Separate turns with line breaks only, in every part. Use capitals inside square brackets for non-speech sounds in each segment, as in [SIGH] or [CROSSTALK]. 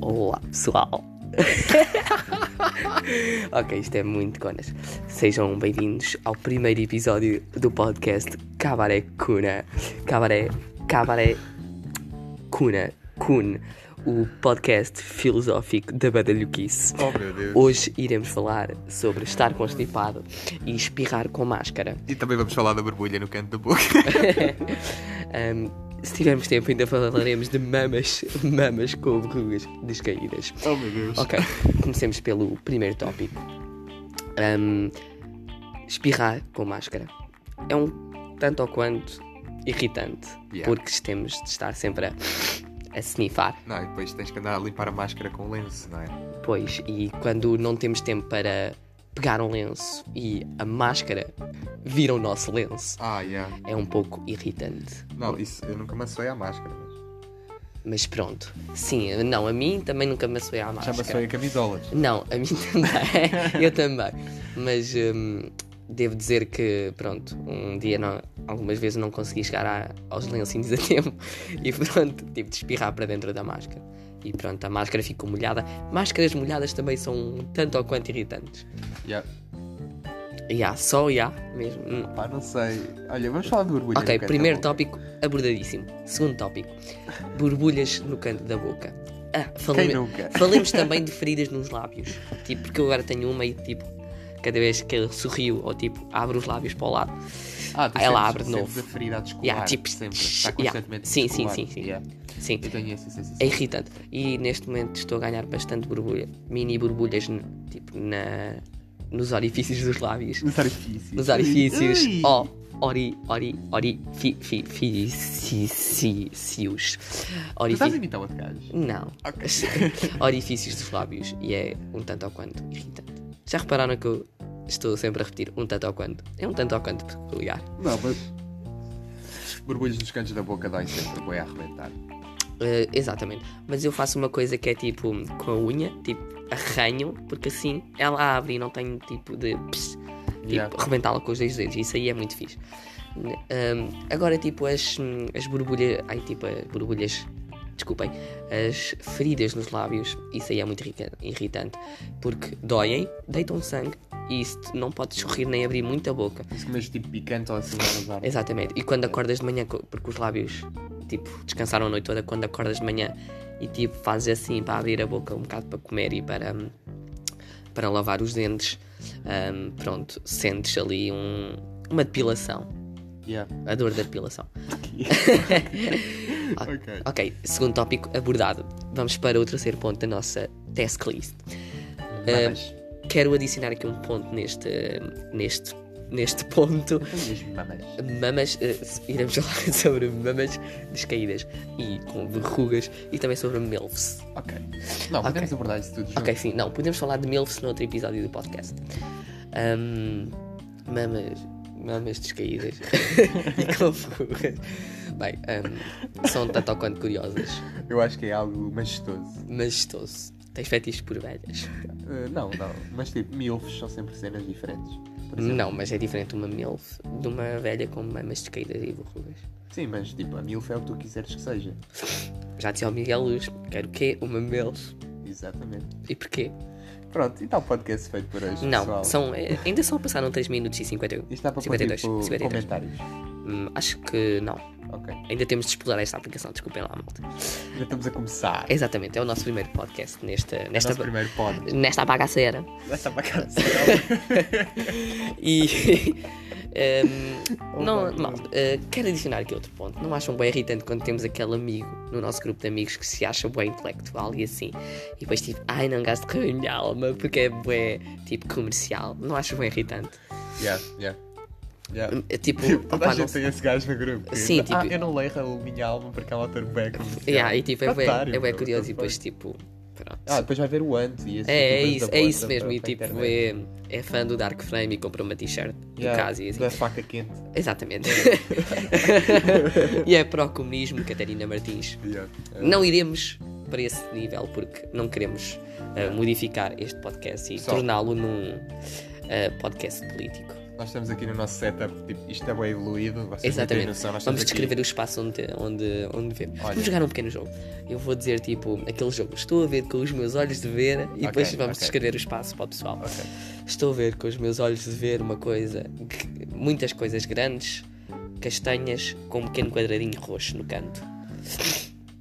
Olá
[LAUGHS]
pessoal! ok, isto é muito conas. Sejam bem-vindos ao primeiro episódio do podcast Cabaré Cuna. Cabaré, Cabaré Cuna, Kun, o podcast filosófico da Badalhoquice.
Oh meu Deus.
Hoje iremos falar sobre estar constipado e espirrar com máscara.
E também vamos falar da borbulha no canto da boca.
Ahm, se tivermos tempo, ainda falaremos de mamas, [LAUGHS] mamas com verrugas descaídas.
[LAUGHS] Oh meu Deus.
Ok, comecemos pelo primeiro tópico. Ahm, espirrar com máscara. É um tanto ou quanto irritante,
Yeah.
porque temos de estar sempre a, a snifar,
Não, e depois tens que andar a limpar a máscara com lenço, não é?
pois, e quando não temos tempo para pegar um lenço e a máscara vira o nosso lenço,
Ah, yeah.
é um pouco irritante.
Não, isso eu nunca maçoei a máscara. mas
Mas pronto, sim, não, a mim também nunca me assoei à
Já
máscara.
maçoei a camisolas.
Não, a mim [LAUGHS] também. eu também. Mas hum, devo dizer que, pronto, um dia, não- algumas vezes não consegui chegar a- aos lencinhos a tempo [LAUGHS] e, pronto, tive de espirrar para dentro da máscara. E pronto, a máscara ficou molhada. Máscaras molhadas também são um tanto ou quanto irritantes.
Yeah.
E há, só e há mesmo. Hum.
Pá, não sei. Olha, vamos falar de borbulha
Ok,
no canto
primeiro
da boca.
tópico abordadíssimo. Segundo tópico, borbulhas no canto da boca. Ah, falame-
Quem nunca? [LAUGHS]
falemos também de feridas nos lábios. Tipo, porque eu agora tenho uma e tipo, cada vez que eu sorrio ou tipo, abro os lábios para o lado.
Ah, tu
então, ela
sentes-
abre de
sentes
novo.
a ferida a descolar.
Yeah, tipo,
sempre.
shh,
Está
yeah.
constantemente
Sim,
a
sim,
descolar.
sim, sim.
Yeah. Então-
Sim,
Eu tenho essa sensação.
é irritante. E neste momento estou a ganhar bastante borbulha, mini borbulhas, n- tipo, na, nos orifícios dos lábios.
Nos orifícios.
Nos Oh, orifícios.
Ui.
Ó, ori, ori, ori, fi, fi, fi, si, si, sios.
Tu estás a
Orifícios.
imitar outro gajo?
Não.
Ok.
[LAUGHS] Orifícios dos lábios. E é um tanto ao quanto irritante. Já repararam que eu estou sempre a repetir um tanto ao quanto? É um tanto ao quanto peculiar.
Não, mas... Borbulhos nos cantos da boca dói sempre, vou a arrebentar.
Eh, exatamente. Mas eu faço uma coisa que é tipo com a unha, tipo arranho, porque assim ela abre e não tenho tipo de. Pss, tipo,
Yeah.
rebentá-la com os dois dedos. Isso aí é muito fixe. N- ahm, agora, tipo, as, hum, as borbulhas. Ai, tipo, as borbulhas. Desculpem. As feridas nos lábios. Isso aí é muito irrita- irritante. Porque doem, deitam sangue e isso não pode sorrir nem abrir muito a boca.
Isso comes tipo picante ou assim, não é?
Exatamente. E quando acordas de manhã, co- porque os lábios, tipo, descansaram a noite toda, quando acordas de manhã e, tipo, fazes assim para abrir a boca um bocado para comer e para, hum, para lavar os dentes, hum, pronto, sentes ali um- uma depilação,
Yeah.
a dor da depilação.
Ok.
[LAUGHS] Ok, segundo tópico abordado. Vamos para o terceiro ponto da nossa task list. É.
Mamas.
Quero adicionar aqui um ponto neste, neste, neste ponto.
Eu tenho É mesmo mamas.
mamas, eh, se- iremos [LAUGHS] falar sobre mamas descaídas e com verrugas e também sobre MILFs.
Ok. Não, podemos abordar isso tudo junto.
Ok, sim, não, podemos falar de MILFs no outro episódio do podcast. Ahm, mamas, mamas descaídas [LAUGHS] e com verrugas. Bem, ahm, são um tanto ou quanto curiosas,
Eu acho que é algo majestoso.
mas estou-se. Tens fetiches por velhas?
Uh, não, não. Mas tipo, milfs são sempre cenas diferentes. Por exemplo.
Não, mas é diferente uma MILF de uma velha com mamas descaídas e verrugas.
Sim, mas tipo, a milf é o que tu quiseres que seja.
Já disse ao Miguel Luz, quero o quê? Uma MILF.
Exatamente.
E porquê?
Pronto, e tal podcast feito por hoje,
Não,
pessoal?
são, eh, ainda só passaram 3 minutos e 51.
Isto dá para pôr
52,
tipo é
53.
comentários.
Hum, acho que não.
Ok.
Ainda temos de explorar esta aplicação, desculpem lá, malta.
Já estamos a começar.
Exatamente, é o nosso primeiro podcast nesta,
É o
nesta,
nosso primeiro pod.
nesta bagaceira.
Esta bacana.
E. [LAUGHS]
[LAUGHS]
hum, não, malta, eh, quero adicionar aqui outro ponto. Não acham bem irritante quando temos aquele amigo no nosso grupo de amigos que se acha bem intelectual e assim, e depois tipo, ai não gasto com a minha alma porque é bué, tipo comercial. Não acho bem irritante?
[LAUGHS] yeah, yeah. Yeah.
É Tipo,
[LAUGHS] Toda
opá,
a
não
gente tem esse gajo no grupo. que
Sim,
diz, "Ah,
tipo-
eu não leio a minha alma porque é um autor bem comercial.
Yeah, e tipo, é bué-
Otário,
é bem
meu,
curioso
what
e
the
depois
fuck?
tipo. Pronto.
Ah, depois vai ver o antes e esse
é, é
tipo,
isso,
da
é
porta
isso mesmo.
para-
E
para a
tipo,
internet.
é, é fã do Dark Frame e comprou uma t-shirt do
Yeah,
caso e assim.
Da faca quente.
Exatamente. [LAUGHS] e é para o comunismo, Catarina Martins.
É.
Não iremos para esse nível porque não queremos ah, modificar este podcast e
Pessoal.
torná-lo num ah, podcast político.
Nós estamos aqui no nosso setup, tipo, isto é bem evoluído, vocês não têm
Exatamente.
noção, nós
Vamos
estamos
descrever
aqui...
o espaço onde, onde, onde vemos.
Olha.
Vamos jogar um pequeno jogo. Eu vou dizer, tipo, aquele jogo. Estou a ver com os meus olhos de ver e depois vamos
ok.
descrever o espaço para o pessoal.
Ok.
Estou a ver com os meus olhos de ver uma coisa, que- muitas coisas grandes, castanhas, com um pequeno quadradinho roxo no canto.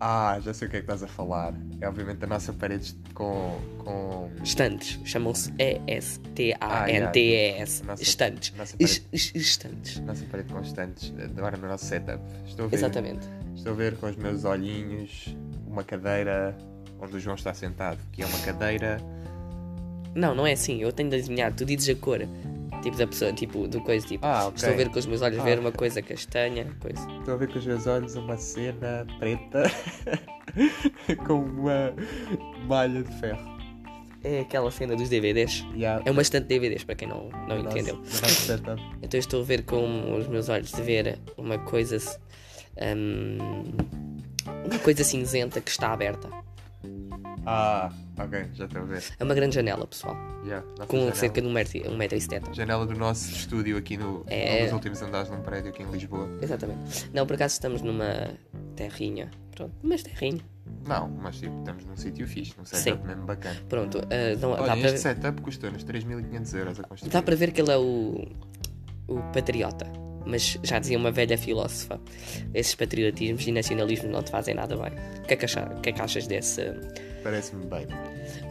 Ah, já sei o que é que estás a falar. É obviamente a nossa parede com... com...
Estantes. Chamam-se
Ah, yeah.
E-S-T-A-N-T-E-S.
Nossa-
Estantes.
nossa
Es- es- Estantes.
Nossa parede constantes, agora no nosso setup. Estou a ver,
Exatamente.
Estou a ver com os meus olhinhos uma cadeira onde o João está sentado, que é uma cadeira.
Não, não é assim. Eu tenho de adivinhar. Tu dizes a cor. Tipo da pessoa, tipo, do coisa, tipo.
Ah, ok.
Estou a ver com os meus olhos
Ah,
ver uma
ok.
coisa castanha, coisa.
Estou a ver com os meus olhos uma cena preta [LAUGHS] com uma malha de ferro.
É aquela cena dos DVDs.
E há-
É uma estante de DVDs, para quem não, não
no nosso-
entendeu.
no nosso setup.
Então eu estou a ver com os meus olhos de ver uma coisa. hum, uma coisa cinzenta que está aberta.
Ah, ok, já estou a ver.
É uma grande janela, pessoal.
Yeah, nossa
Com
janela.
cerca de 1,70m.
Janela do nosso estúdio aqui no.
É.
É... Nos últimos andares num prédio aqui em Lisboa.
Exatamente. Não, por acaso estamos numa terrinha. Pronto, mas terrinha.
Não, mas tipo, estamos num sítio fixe, num setup mesmo bacana.
Pronto, ah, não-
Olha,
dá,
este
para,
setup custou-nos 3.500 euros a construir.
dá para ver que ele é o, o patriota. Mas já dizia uma velha filósofa: esses patriotismos e nacionalismos não te fazem nada bem. O que é que, achar- o que, é que achas desse.
Parece-me bem.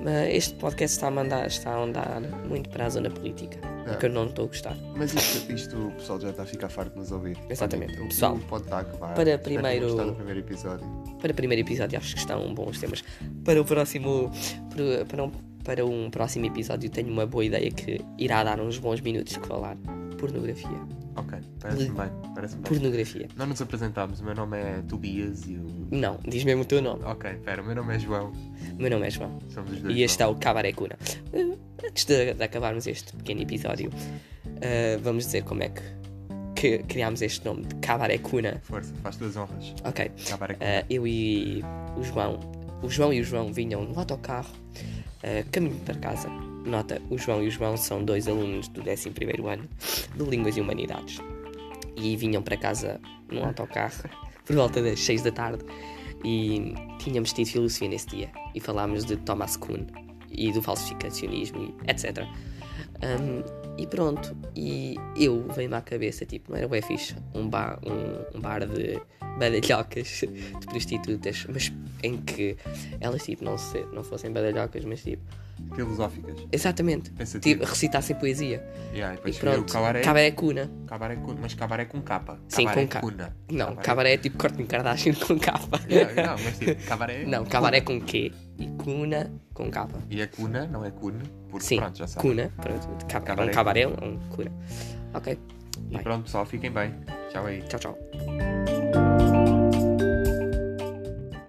Mas este podcast está a, mandar, está a andar muito para a zona política.
É.
Que eu não estou a gostar.
Mas isto, isto o pessoal já está a ficar farto de nos ouvir.
Exatamente.
Olha, o-
Pessoal,
o pode estar que vai.
para
Espero que tenham
primeiro-
gostado do primeiro episódio.
Para o primeiro episódio, acho que estão bons temas. Para o próximo. Para, para um, para um próximo episódio, tenho uma boa ideia que irá dar uns bons minutos de falar. Pornografia.
Ok, parece-me bem. Parece-me bem.
Pornografia.
Não nos apresentámos. O meu nome é Tobias e o.
Não, diz mesmo o teu nome.
Ok, espera, o meu nome é João.
O meu nome é João.
Somos os dois. então.
E este é
João.
o Cabaré Cuna. Eh, Antes de, de acabarmos este pequeno episódio, eh, vamos dizer como é que, que criámos este nome de Cabaré Cuna.
Força, faz tuas honras.
Ok.
Acabar aqui.
Ah, eu e o João, o João e o João vinham no autocarro, ah, caminho para casa. Nota, o João e o João são dois alunos do 11º ano de Línguas e Humanidades. E vinham para casa num autocarro [LAUGHS] por volta das 6 da tarde. E tínhamos tido filosofia nesse dia. E falámos de Thomas Kuhn e do falsificacionismo, e etc. Ahm, e pronto, e eu veio-me à cabeça, tipo, não era bem fixe, um bar, um, um bar de badalhocas, [LAUGHS] de prostitutas, mas em que elas, tipo, não, se, não fossem badalhocas, mas, tipo,
Filosóficas.
exatamente,
Pensativo.
tipo, recitassem poesia.
Yeah, e
E
depois escolhi o
pronto,
cabaré.
cabaré né? cuna.
Cabaré com... Mas cabaré com capa.
Sim,
cabaré
com K.
Cuna.
Não, cabaré é tipo corte-me Kardashian com capa. [LAUGHS]
[LAUGHS] Yeah, não, mas tipo, cabaré.
Não, cabaré com Q e cuna com capa.
E a cuna não é cune, porque
Sim,
pronto, já sabe.
cuna, pronto, cab- é
Cabaré.
um cabaré, é um cuna. Ok,
E pronto, pessoal, fiquem bem. Tchau aí.
tchau, tchau.